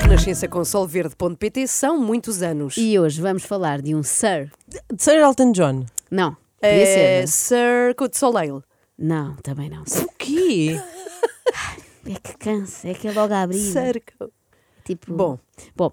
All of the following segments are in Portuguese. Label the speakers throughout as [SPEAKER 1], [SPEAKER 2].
[SPEAKER 1] Renascença com solverde.pt são muitos anos.
[SPEAKER 2] E hoje vamos falar de um Sir.
[SPEAKER 3] Sir Elton John.
[SPEAKER 2] Não, podia
[SPEAKER 1] é,
[SPEAKER 2] ser.
[SPEAKER 1] Sir Coup de Soleil.
[SPEAKER 2] Não, Não, também não.
[SPEAKER 3] O quê?
[SPEAKER 2] É que cansa, é que é logo a abrir.
[SPEAKER 1] Cerco.
[SPEAKER 2] Tipo,
[SPEAKER 1] Bom.
[SPEAKER 2] Bom.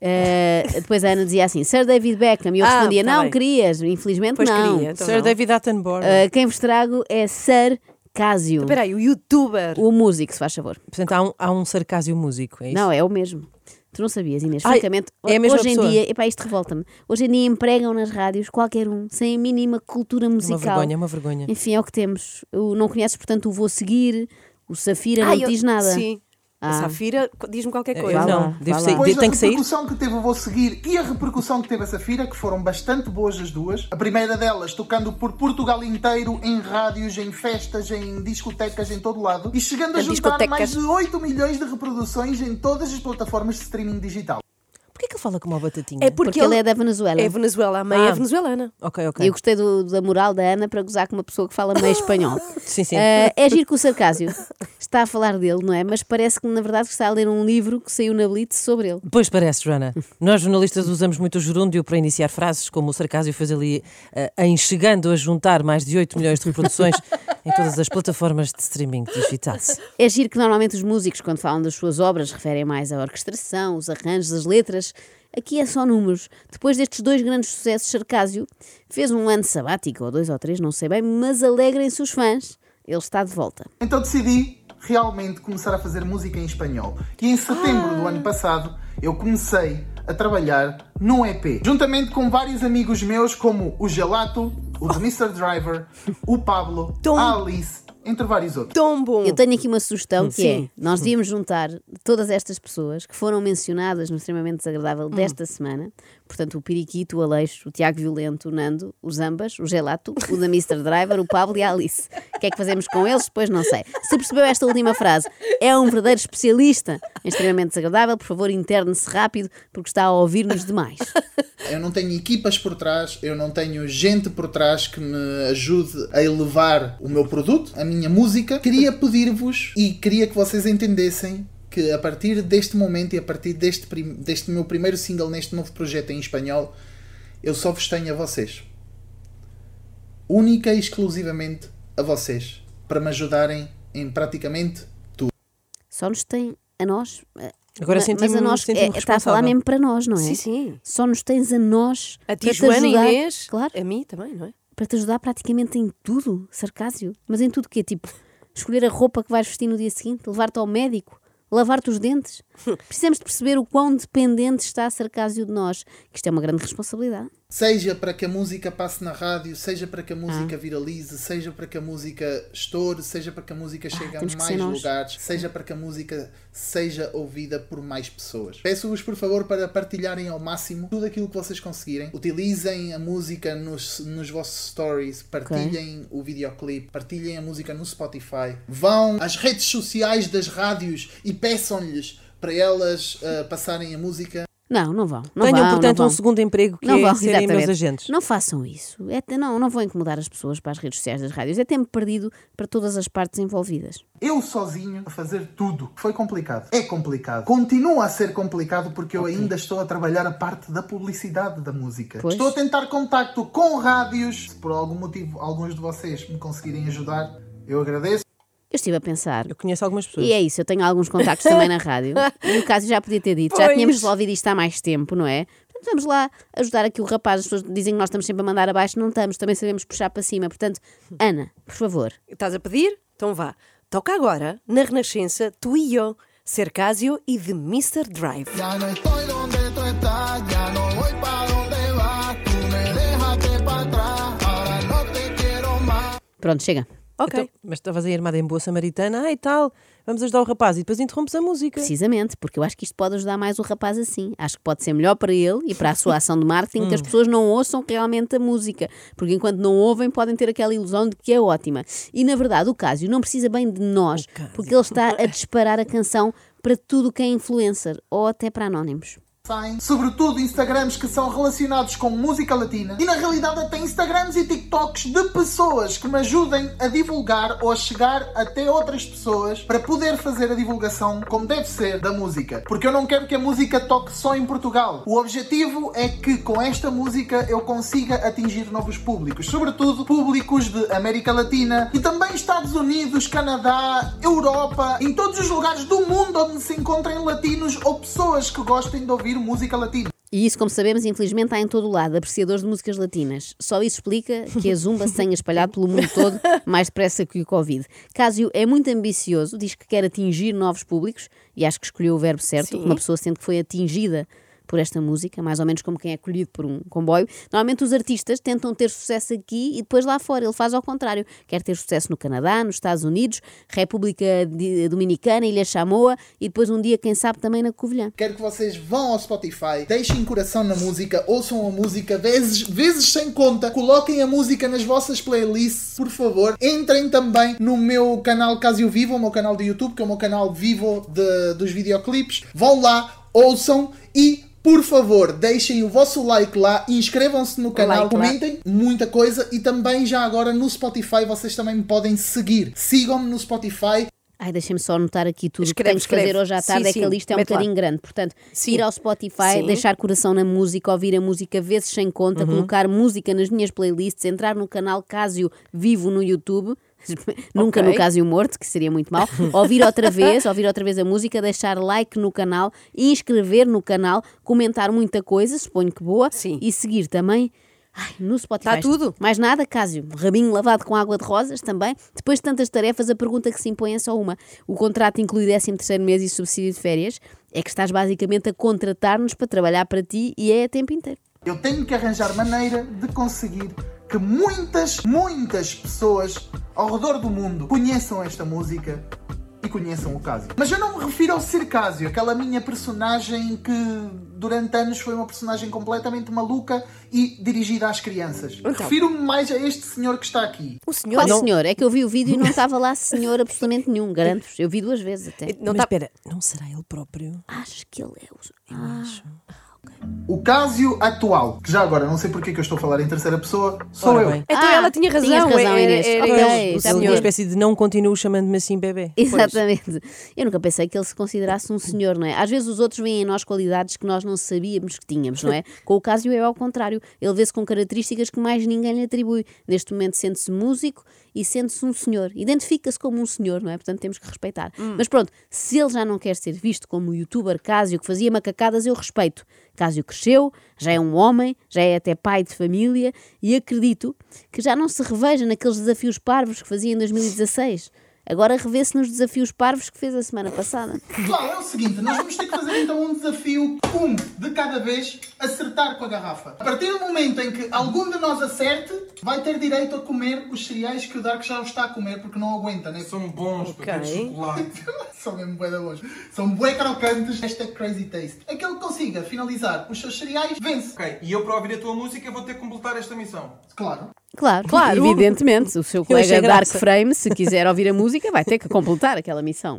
[SPEAKER 2] eh, depois a Ana dizia assim: Sir David Beckham. E eu
[SPEAKER 1] Ah,
[SPEAKER 2] respondia:
[SPEAKER 1] tá
[SPEAKER 2] Não,
[SPEAKER 1] bem.
[SPEAKER 2] querias, infelizmente
[SPEAKER 1] Pois
[SPEAKER 2] não.
[SPEAKER 1] queria. Então
[SPEAKER 3] Sir
[SPEAKER 1] não.
[SPEAKER 3] David Attenborough.
[SPEAKER 2] Eh, quem vos trago é Sir Casio,
[SPEAKER 1] Espera aí, o youtuber.
[SPEAKER 2] o músico, se faz favor.
[SPEAKER 3] Portanto, há um, há um sarcásio músico, é isso?
[SPEAKER 2] Não, é o mesmo. Tu não sabias, Inês.
[SPEAKER 3] Ai,
[SPEAKER 2] Francamente,
[SPEAKER 3] é a mesma
[SPEAKER 2] hoje
[SPEAKER 3] pessoa.
[SPEAKER 2] em dia, epá, isto revolta-me. Hoje em dia empregam nas rádios qualquer um, sem a mínima cultura
[SPEAKER 3] uma
[SPEAKER 2] musical.
[SPEAKER 3] vergonha, é uma vergonha.
[SPEAKER 2] Enfim, é o que temos. O não conheces, portanto, o vou seguir. O Safira
[SPEAKER 1] Ah,
[SPEAKER 2] não
[SPEAKER 1] eu-
[SPEAKER 2] diz nada.
[SPEAKER 1] Sim.
[SPEAKER 2] Ah.
[SPEAKER 1] A Safira diz-me qualquer
[SPEAKER 3] Eu
[SPEAKER 1] coisa.
[SPEAKER 2] Vá
[SPEAKER 3] não,
[SPEAKER 2] lá, vá
[SPEAKER 3] devo sair.
[SPEAKER 2] lá.
[SPEAKER 3] de-
[SPEAKER 4] Depois
[SPEAKER 3] Tenho
[SPEAKER 4] a
[SPEAKER 3] que sair.
[SPEAKER 4] repercussão que teve o Vou Seguir e a repercussão que teve a Safira, que foram bastante boas as duas. A primeira delas tocando por Portugal inteiro, em rádios, em festas, em discotecas, em todo lado. E chegando a
[SPEAKER 1] Em
[SPEAKER 4] juntar
[SPEAKER 1] discotecas.
[SPEAKER 4] mais de 8 milhões de reproduções em todas as plataformas de streaming digital.
[SPEAKER 3] Porquê que ele fala como uma batatinha?
[SPEAKER 1] É porque,
[SPEAKER 2] Porque ele é da Venezuela.
[SPEAKER 1] é Venezuela. A mãe
[SPEAKER 3] Ah.
[SPEAKER 1] é venezuelana.
[SPEAKER 3] Ok,
[SPEAKER 2] E
[SPEAKER 3] ok.
[SPEAKER 2] eu gostei do- da moral da Ana para gozar com uma pessoa que fala meio espanhol.
[SPEAKER 3] Sim, sim.
[SPEAKER 2] Ah, é giro que o Sarcásio está a falar dele, não é? Mas parece que, na verdade, que está a ler um livro que saiu na Blitz sobre ele.
[SPEAKER 3] Pois parece, Joana. Nós jornalistas usamos muito o gerúndio para iniciar frases, como o sarcásio fez ali eh, em chegando a juntar mais de 8 milhões de reproduções em todas as plataformas de streaming digital.
[SPEAKER 2] É giro que normalmente os músicos, quando falam das suas obras, referem mais à orquestração, os arranjos, as letras. Aqui é só números. Depois destes dois grandes sucessos, Sarcásio fez um ano sabático, ou dois ou três, não sei bem, mas alegrem-se os fãs. Ele está de volta.
[SPEAKER 4] Então decidi realmente começar a fazer música em espanhol. E em setembro do ano passado eu comecei a trabalhar num EP, juntamente com vários amigos meus, como o Gelato, o The Mr. Driver, o Pablo,
[SPEAKER 1] Tom.
[SPEAKER 4] a Alice, entre vários outros.
[SPEAKER 1] Tão bom.
[SPEAKER 2] Eu tenho aqui uma sugestão que
[SPEAKER 3] Sim.
[SPEAKER 2] é: nós devíamos juntar todas estas pessoas que foram mencionadas no extremamente
[SPEAKER 3] Hum.
[SPEAKER 2] desagradável desta semana. Portanto, o Piriquito, o Aleixo, o Tiago Violento, o Nando, o Zambas, o Gelato, o da Mr. Driver, o Pablo e a Alice. O que é que fazemos com eles? Depois não sei. Se percebeu esta última frase, é um verdadeiro especialista em extremamente desagradável. Por favor, interne-se rápido, porque está a ouvir-nos demais.
[SPEAKER 4] Eu não tenho equipas por trás, eu não tenho gente por trás que me ajude a elevar o meu produto, a minha música. Queria pedir-vos e queria que vocês entendessem que a partir deste momento e a partir deste, prim- deste meu primeiro single neste novo projeto em espanhol, eu só vos tenho a vocês. Única e exclusivamente a vocês. Para me ajudarem em praticamente
[SPEAKER 2] Só nos tem a nós. eh,
[SPEAKER 3] Agora
[SPEAKER 2] ma-
[SPEAKER 3] senti-me-
[SPEAKER 2] mas a nós
[SPEAKER 3] senti-me
[SPEAKER 2] é- está a falar
[SPEAKER 3] responsável.
[SPEAKER 2] mesmo para nós, não é?
[SPEAKER 1] Sim, sim.
[SPEAKER 2] Só nos tens a nós.
[SPEAKER 1] A ti,
[SPEAKER 2] para te
[SPEAKER 1] Joana
[SPEAKER 2] ajudar.
[SPEAKER 1] Inês.
[SPEAKER 2] Claro.
[SPEAKER 1] A mim também, não é?
[SPEAKER 2] para te ajudar praticamente em tudo, sarcásio. Mas em tudo que é tipo escolher a roupa que vais vestir no dia seguinte, levar-te ao médico, lavar-te os dentes. Precisamos de perceber o quão dependente está sarcásio de nós, que isto é uma grande responsabilidade.
[SPEAKER 4] Seja para que a música passe na rádio, seja para que a
[SPEAKER 2] Ah.
[SPEAKER 4] música viralize, seja para que a música estoure, seja para que a música chegue
[SPEAKER 2] Ah, temos
[SPEAKER 4] a
[SPEAKER 2] que ser
[SPEAKER 4] mais
[SPEAKER 2] nós.
[SPEAKER 4] lugares, seja para que a música seja ouvida por mais pessoas. Peço-vos, por favor, para partilharem ao máximo tudo aquilo que vocês conseguirem. Utilizem a música nos, nos vossos stories, partilhem o videoclipe, partilhem a música no Spotify. Vão às redes sociais das rádios e peçam-lhes para elas ah, passarem a música
[SPEAKER 2] Não, não vão. Não
[SPEAKER 3] Tenham,
[SPEAKER 2] vão,
[SPEAKER 3] portanto,
[SPEAKER 2] não
[SPEAKER 3] um
[SPEAKER 2] vão.
[SPEAKER 3] segundo emprego que
[SPEAKER 2] não
[SPEAKER 3] é
[SPEAKER 2] vão,
[SPEAKER 3] serem meus
[SPEAKER 2] exatamente.
[SPEAKER 3] agentes.
[SPEAKER 2] Não façam isso. É te- não, não vão incomodar as pessoas para as redes sociais das rádios. É tempo perdido para todas as partes envolvidas.
[SPEAKER 4] Eu sozinho a fazer tudo. Foi complicado. É complicado. Continua a ser complicado porque eu ainda estou a trabalhar a parte da publicidade da música.
[SPEAKER 2] Pois.
[SPEAKER 4] Estou a tentar contacto com rádios. Se por algum motivo alguns de vocês me conseguirem ajudar, eu agradeço.
[SPEAKER 2] Eu estive a pensar.
[SPEAKER 3] Eu conheço algumas pessoas.
[SPEAKER 2] E é isso, eu tenho alguns contactos também na rádio. E o caso já podia ter dito, já
[SPEAKER 1] Pois.
[SPEAKER 2] tínhamos resolvido isto há mais tempo, não é? Portanto, vamos lá ajudar aqui o rapaz. As pessoas dizem que nós estamos sempre a mandar abaixo, não estamos, também sabemos puxar para cima. Portanto, Ana, por favor,
[SPEAKER 1] Estás a pedir? Então vá. Toca agora, na Renascença, Tu e Eu, Cercásio e The Mr. Drive.
[SPEAKER 4] Já não estou onde tu estás, já não vou para onde vas. Tu me dejaste para trás, agora não te quero mais.
[SPEAKER 2] pronto, chega.
[SPEAKER 1] Ok.
[SPEAKER 3] Então, mas estavas aí armada em boa samaritana, ai tal, vamos ajudar o rapaz e depois interrompes a música.
[SPEAKER 2] Precisamente, porque eu acho que isto pode ajudar mais o rapaz assim. Acho que pode ser melhor para ele e para a sua ação de marketing que as pessoas não ouçam realmente a música, porque enquanto não ouvem podem ter aquela ilusão de que é ótima. E na verdade o Cásio não precisa bem de nós, porque ele está a disparar a canção para tudo o que é influencer ou até para anónimos.
[SPEAKER 4] saem, sobretudo Instagrams que são relacionados com música latina, e na realidade até Instagrams e TikToks de pessoas que me ajudem a divulgar ou a chegar até outras pessoas para poder fazer a divulgação como deve ser da música. Porque eu não quero que a música toque só em Portugal. O objetivo é que com esta música eu consiga atingir novos públicos, sobretudo públicos de América Latina e também Estados Unidos, Canadá, Europa, em todos os lugares do mundo onde se encontrem latinos ou pessoas que gostem de ouvir música latina.
[SPEAKER 2] E isso, como sabemos, infelizmente há em todo o lado, apreciadores de músicas latinas. Só isso explica que a zumba se tenha espalhado pelo mundo todo mais depressa que o Covid. Cásio é muito ambicioso, diz que quer atingir novos públicos, e acho que escolheu o verbo certo.
[SPEAKER 1] Sim.
[SPEAKER 2] Uma pessoa sente que foi atingida por esta música, mais ou menos como quem é colhido por um comboio. Normalmente os artistas tentam ter sucesso aqui e depois lá fora. Ele faz ao contrário. Quer ter sucesso no Canadá, nos Estados Unidos, República Di- Dominicana, Ilha Chamoa e depois um dia, quem sabe, também na Covilhã.
[SPEAKER 4] Quero que vocês vão ao Spotify, deixem um coração na música, ouçam a música vezes, vezes sem conta, coloquem a música nas vossas playlists, por favor. Entrem também no meu canal Casio Vivo, o meu canal do YouTube, que é o meu canal vivo de- dos videoclipes. Vão lá, ouçam e. Por favor, deixem o vosso like lá, inscrevam-se no canal,
[SPEAKER 2] Like lá.
[SPEAKER 4] comentem muita coisa e também já agora no Spotify vocês também me podem seguir. Sigam-me no Spotify,
[SPEAKER 2] Ai, deixem-me só anotar aqui tudo o que
[SPEAKER 1] Escreve,
[SPEAKER 2] tenho que fazer
[SPEAKER 1] escreve.
[SPEAKER 2] hoje à tarde,
[SPEAKER 1] Sim,
[SPEAKER 2] é que a
[SPEAKER 1] sim,
[SPEAKER 2] lista é um
[SPEAKER 1] mete lá.
[SPEAKER 2] bocadinho grande. Portanto,
[SPEAKER 1] Sim.
[SPEAKER 2] ir ao Spotify,
[SPEAKER 1] Sim. Uhum.
[SPEAKER 2] deixar coração na música, ouvir a música vezes sem conta, colocar música nas minhas playlists, entrar no canal Cásio Vivo no YouTube. Nunca
[SPEAKER 1] Ok.
[SPEAKER 2] no Cásio Morto, que seria muito mal. Ouvir outra vez, ouvir outra vez a música, deixar like no canal, inscrever no canal, comentar muita coisa, suponho que boa,
[SPEAKER 1] Sim.
[SPEAKER 2] e seguir também. Ai, no Spotify.
[SPEAKER 1] Tá tudo.
[SPEAKER 2] Mais nada, Cásio. Rabinho lavado com água de rosas também. Depois de tantas tarefas, a pergunta que se impõe é só uma. O contrato inclui 13º mês e subsídio de férias. É que estás basicamente a contratar-nos para trabalhar para ti e é a tempo inteiro.
[SPEAKER 4] Eu tenho que arranjar maneira de conseguir que muitas, muitas pessoas ao redor do mundo conheçam esta música e conheçam o Cásio. Mas eu não me refiro ao ser Cásio, aquela minha personagem que durante anos foi uma personagem completamente maluca e dirigida às crianças.
[SPEAKER 3] Então.
[SPEAKER 4] Refiro-me mais a este senhor que está aqui.
[SPEAKER 1] O senhor
[SPEAKER 2] Qual
[SPEAKER 1] não,
[SPEAKER 2] senhor? É que eu vi o vídeo e não estava lá senhor absolutamente nenhum, garanto-vos. Eu vi duas vezes até.
[SPEAKER 1] não
[SPEAKER 3] Mas
[SPEAKER 1] tá-
[SPEAKER 3] espera, não será ele próprio?
[SPEAKER 2] Acho que ele é o... Ah,
[SPEAKER 4] O Cásio atual, que já agora não sei porque é que eu estou a falar em terceira pessoa, sou
[SPEAKER 3] Ora
[SPEAKER 4] eu.
[SPEAKER 3] bem.
[SPEAKER 1] Então
[SPEAKER 2] Ah,
[SPEAKER 1] ela tinha razão.
[SPEAKER 2] tinhas razão,
[SPEAKER 1] é- é-
[SPEAKER 2] Inês.
[SPEAKER 1] era
[SPEAKER 2] Ok,
[SPEAKER 1] ele, o
[SPEAKER 2] já
[SPEAKER 3] Ele é
[SPEAKER 1] senhor.
[SPEAKER 3] uma
[SPEAKER 2] percebi.
[SPEAKER 3] espécie de não continuo chamando-me assim bebê.
[SPEAKER 2] Exatamente. Eu nunca pensei que ele se considerasse um senhor, não é? Às vezes os outros veem em nós qualidades que nós não sabíamos que tínhamos, não é? Com o Cásio é ao contrário. Ele vê-se com características que mais ninguém lhe atribui. Neste momento sente-se músico e sente-se um senhor. Identifica-se como um senhor, não é? Portanto temos que respeitar. Mas pronto, se ele já não quer ser visto como o youtuber Cásio que fazia macacadas, eu respeito. Cásio cresceu, já é um homem, já é até pai de família e acredito que já não se reveja naqueles desafios parvos que fazia em 2016. Agora revê-se nos desafios parvos que fez a semana passada.
[SPEAKER 4] Pessoal, é o seguinte, nós vamos ter que fazer então um desafio, um de cada vez, acertar com a garrafa. A partir do momento em que algum de nós acerte, vai ter direito a comer os cereais que o Dark já está a comer, porque não aguenta, né? São,
[SPEAKER 5] São bons para ter
[SPEAKER 1] Ok.
[SPEAKER 5] chocolate.
[SPEAKER 4] são mesmo bué da bons. São bué crocantes. Esta é crazy taste. Aquele que consiga finalizar os seus cereais, vence.
[SPEAKER 5] Ok, e eu para ouvir a tua música vou ter que completar esta missão.
[SPEAKER 4] Claro.
[SPEAKER 2] Claro,
[SPEAKER 1] Claro.
[SPEAKER 2] evidentemente. O seu
[SPEAKER 3] achei
[SPEAKER 2] colega Dark
[SPEAKER 3] graça.
[SPEAKER 2] Frame, se quiser ouvir a música, vai ter que completar aquela missão.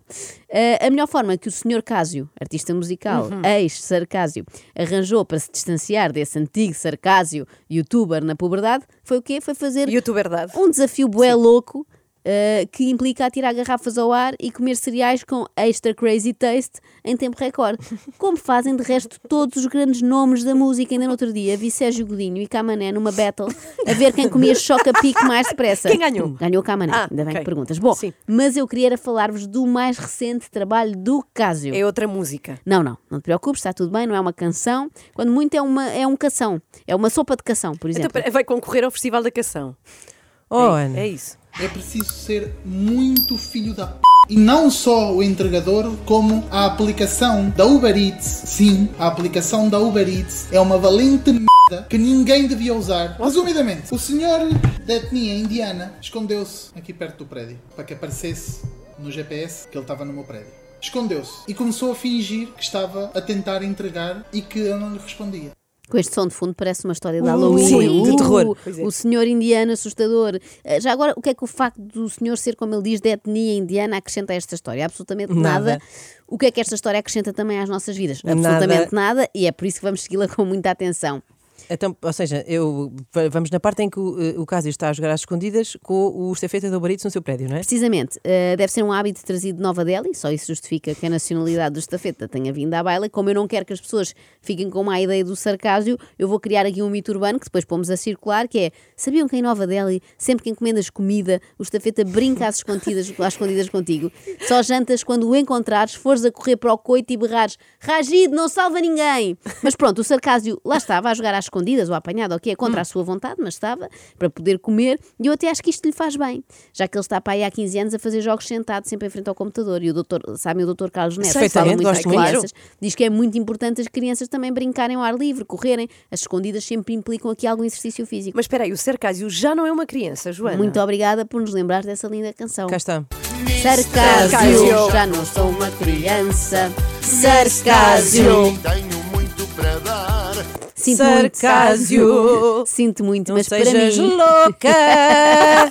[SPEAKER 2] Ah, a melhor forma que o Sr. Cásio, artista musical,
[SPEAKER 3] Uhum.
[SPEAKER 2] ex-Sarcásio, arranjou para se distanciar desse antigo Sarcásio, youtuber na puberdade, foi o quê? Foi fazer
[SPEAKER 1] Youtuberdade.
[SPEAKER 2] um desafio bué louco uh, que implica atirar garrafas ao ar e comer cereais com extra crazy taste em tempo recorde, como fazem de resto todos os grandes nomes da música. Ainda no outro dia vi Sérgio Godinho e Camané numa battle a ver quem comia choca-pique mais depressa.
[SPEAKER 1] Quem ganhou?
[SPEAKER 2] Ganhou Camané,
[SPEAKER 1] Ah,
[SPEAKER 2] ainda bem
[SPEAKER 1] ok.
[SPEAKER 2] que perguntas. Bom,
[SPEAKER 1] Sim.
[SPEAKER 2] mas eu queria era falar-vos do mais recente trabalho do Cásio.
[SPEAKER 1] É outra música.
[SPEAKER 2] Não, não, não te preocupes, está tudo bem, não é uma canção. Quando muito é, uma, é um cação, é uma sopa de cação, por exemplo.
[SPEAKER 1] Então, pera- vai concorrer ao Festival da Cação.
[SPEAKER 3] Oh,
[SPEAKER 1] é,
[SPEAKER 3] Ana.
[SPEAKER 1] é isso.
[SPEAKER 4] É preciso ser muito filho da p... E não só o entregador, como a aplicação da Uber Eats. Sim, a aplicação da Uber Eats é uma valente merda que ninguém devia usar. Resumidamente, o senhor da etnia indiana escondeu-se aqui perto do prédio para que aparecesse no GPS que ele estava no meu prédio. Escondeu-se e começou a fingir que estava a tentar entregar e que eu não lhe respondia.
[SPEAKER 2] Com este som de fundo parece uma história de
[SPEAKER 3] Uh,
[SPEAKER 2] Halloween.
[SPEAKER 3] sim, de
[SPEAKER 2] Uh,
[SPEAKER 3] terror.
[SPEAKER 1] Pois é.
[SPEAKER 2] O senhor indiano assustador. Eh, Já agora, o que é que o facto do senhor ser, como ele diz, de etnia indiana acrescenta a esta história? Absolutamente nada.
[SPEAKER 3] Nada.
[SPEAKER 2] O que é que esta história acrescenta também às nossas vidas?
[SPEAKER 3] Nada.
[SPEAKER 2] Absolutamente nada. E é por isso que vamos segui-la com muita atenção.
[SPEAKER 3] Então, ou seja, eu, va- vamos na parte em que o, eh, o Cásio está a jogar às escondidas com o estafeta do Barito no seu prédio, não é?
[SPEAKER 2] Precisamente, eh, deve ser um hábito trazido de Nova Delhi, só isso justifica que a nacionalidade do estafeta tenha vindo à baila. Como eu não quero que as pessoas fiquem com má ideia do sarcasmo, eu vou criar aqui um mito urbano que depois pomos a circular, que é, sabiam que em Nova Delhi, sempre que encomendas comida, o estafeta brinca às escondidas, às escondidas contigo. Só jantas quando o encontrares, fores a correr para o coito e berrares, Rajid, não salva ninguém! Mas pronto, o sarcasmo lá estava a jogar às escondidas ou apanhado, ok, é contra
[SPEAKER 3] Hum.
[SPEAKER 2] a sua vontade, mas estava para poder comer, e eu até acho que isto lhe faz bem, já que ele está para aí há 15 anos a fazer jogos sentado, sempre em frente ao computador. E o doutor, sabem, o doutor Carlos Neto
[SPEAKER 3] Perfeitamente,
[SPEAKER 2] fala muito às
[SPEAKER 3] gosto muito.
[SPEAKER 2] crianças, diz que é muito importante as crianças também brincarem ao ar livre, correrem, as escondidas sempre implicam aqui algum exercício físico.
[SPEAKER 1] Mas espera aí, o Sarcásio já não é uma criança, Joana.
[SPEAKER 2] Muito obrigada por nos lembrar dessa linda canção.
[SPEAKER 3] Cá está.
[SPEAKER 2] Sarcásio, já não sou uma criança. Sarcásio.
[SPEAKER 3] Sarcásio.
[SPEAKER 6] Tenho muito para dar.
[SPEAKER 2] Sinto
[SPEAKER 3] Sarcásio.
[SPEAKER 2] muito. Sinto muito,
[SPEAKER 3] Não
[SPEAKER 2] mas para
[SPEAKER 3] sejas
[SPEAKER 2] mim,
[SPEAKER 3] louca!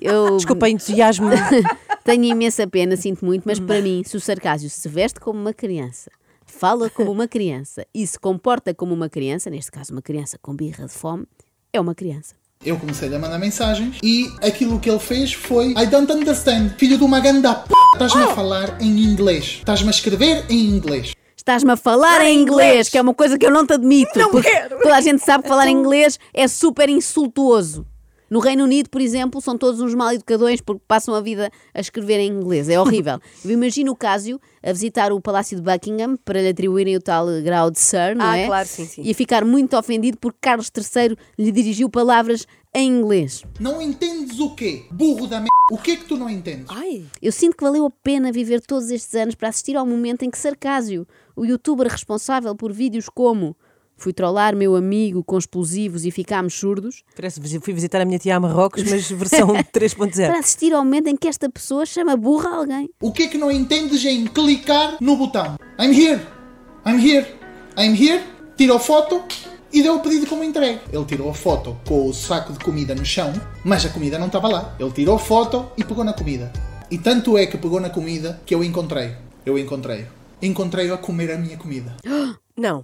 [SPEAKER 2] eu
[SPEAKER 3] Desculpa, entusiasmo.
[SPEAKER 2] tenho imensa pena, sinto muito, mas
[SPEAKER 3] Hum.
[SPEAKER 2] para mim, se o sarcásio se veste como uma criança, fala como uma criança e se comporta como uma criança, neste caso uma criança com birra de fome, é uma criança.
[SPEAKER 4] Eu comecei a mandar mensagens e aquilo que ele fez foi I don't understand, filho de uma ganda p... Estás-me a falar em inglês. Estás-me a escrever em inglês.
[SPEAKER 2] Estás-me a falar em inglês, que é uma coisa que eu não te admito. porque Toda a gente sabe que falar
[SPEAKER 1] Então-
[SPEAKER 2] inglês é super insultuoso. No Reino Unido, por exemplo, são todos uns mal educadões porque passam a vida a escrever em inglês. É horrível. Eu imagino o Cásio a visitar o Palácio de Buckingham para lhe atribuírem o tal eh, grau de Sir, não
[SPEAKER 1] Ah,
[SPEAKER 2] é?
[SPEAKER 1] claro, sim, sim.
[SPEAKER 2] E a ficar muito ofendido porque Carlos III lhe dirigiu palavras em inglês.
[SPEAKER 4] Não entendes o quê? Burro da merda. O que é que tu não entendes?
[SPEAKER 1] Ai,
[SPEAKER 2] Eu sinto que valeu a pena viver todos estes anos para assistir ao momento em que Sarcásio, o youtuber responsável por vídeos como Fui trollar meu amigo com explosivos e ficámos surdos,
[SPEAKER 3] Parece que fui visitar a minha tia a Marrocos, mas versão 3.0.
[SPEAKER 2] para assistir ao momento em que esta pessoa chama burra alguém.
[SPEAKER 4] O que é que não entendes em clicar no botão? I'm here, I'm here, I'm here. Tirou foto e deu o pedido como entregue. Ele tirou a foto com o saco de comida no chão, mas a comida não estava lá. Ele tirou a foto e pegou na comida. E tanto é que pegou na comida que eu encontrei. Eu encontrei. Encontrei-o a comer a minha comida.
[SPEAKER 1] não.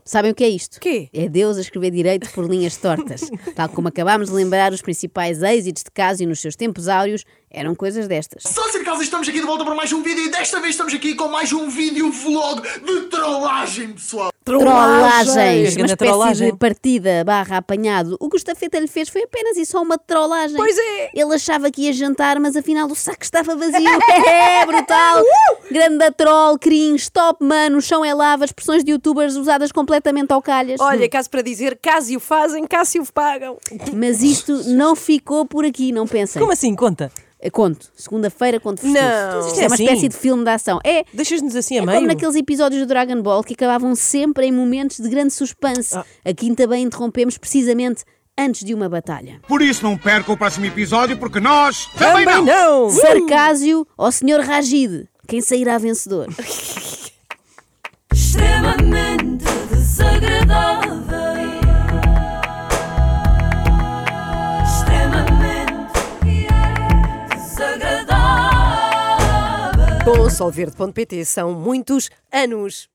[SPEAKER 2] Sabem o que é isto?
[SPEAKER 1] Quê?
[SPEAKER 2] É Deus a escrever direito por linhas tortas. Tal como acabámos de lembrar, os principais êxitos de Cásio nos seus tempos áureos eram coisas destas.
[SPEAKER 6] Só ser caso estamos aqui de volta para mais um vídeo e desta vez estamos aqui com mais um vídeo vlog de trollagem, pessoal.
[SPEAKER 1] É
[SPEAKER 2] Trollagens! Uma
[SPEAKER 3] Grande
[SPEAKER 2] espécie de
[SPEAKER 3] trollagem.
[SPEAKER 2] partida barra apanhado. O que o estafeta lhe fez foi apenas e só uma trollagem.
[SPEAKER 1] Pois é.
[SPEAKER 2] Ele achava que ia jantar, mas afinal o saco estava vazio. é, brutal!
[SPEAKER 1] Uh!
[SPEAKER 2] Grande troll, cringe, top mano, o chão é lava, expressões de youtubers usadas completamente ao calhas.
[SPEAKER 1] Olha, caso para dizer, Cásio fazem, Cássio pagam.
[SPEAKER 2] Mas isto não ficou por aqui, não pensem.
[SPEAKER 3] Como assim? Conta.
[SPEAKER 2] Eh, Conto, segunda-feira conto vos
[SPEAKER 1] é? Não.
[SPEAKER 2] tudo.
[SPEAKER 3] Isto
[SPEAKER 2] Isto
[SPEAKER 3] é
[SPEAKER 2] é uma
[SPEAKER 3] assim?
[SPEAKER 2] espécie de filme de ação. É,
[SPEAKER 3] Deixas-nos assim a
[SPEAKER 2] É
[SPEAKER 3] meio?
[SPEAKER 2] como naqueles episódios do Dragon Ball que acabavam sempre em momentos de grande suspense. A quinta bem interrompemos precisamente antes de uma batalha.
[SPEAKER 7] Por isso não perca o próximo episódio, porque nós
[SPEAKER 3] Também não!
[SPEAKER 2] Sarcásio ao Sr. Rajid, quem sairá vencedor?
[SPEAKER 8] extremamente desagradável. Extremamente desagradável.
[SPEAKER 1] Com solverde.pt são muitos anos.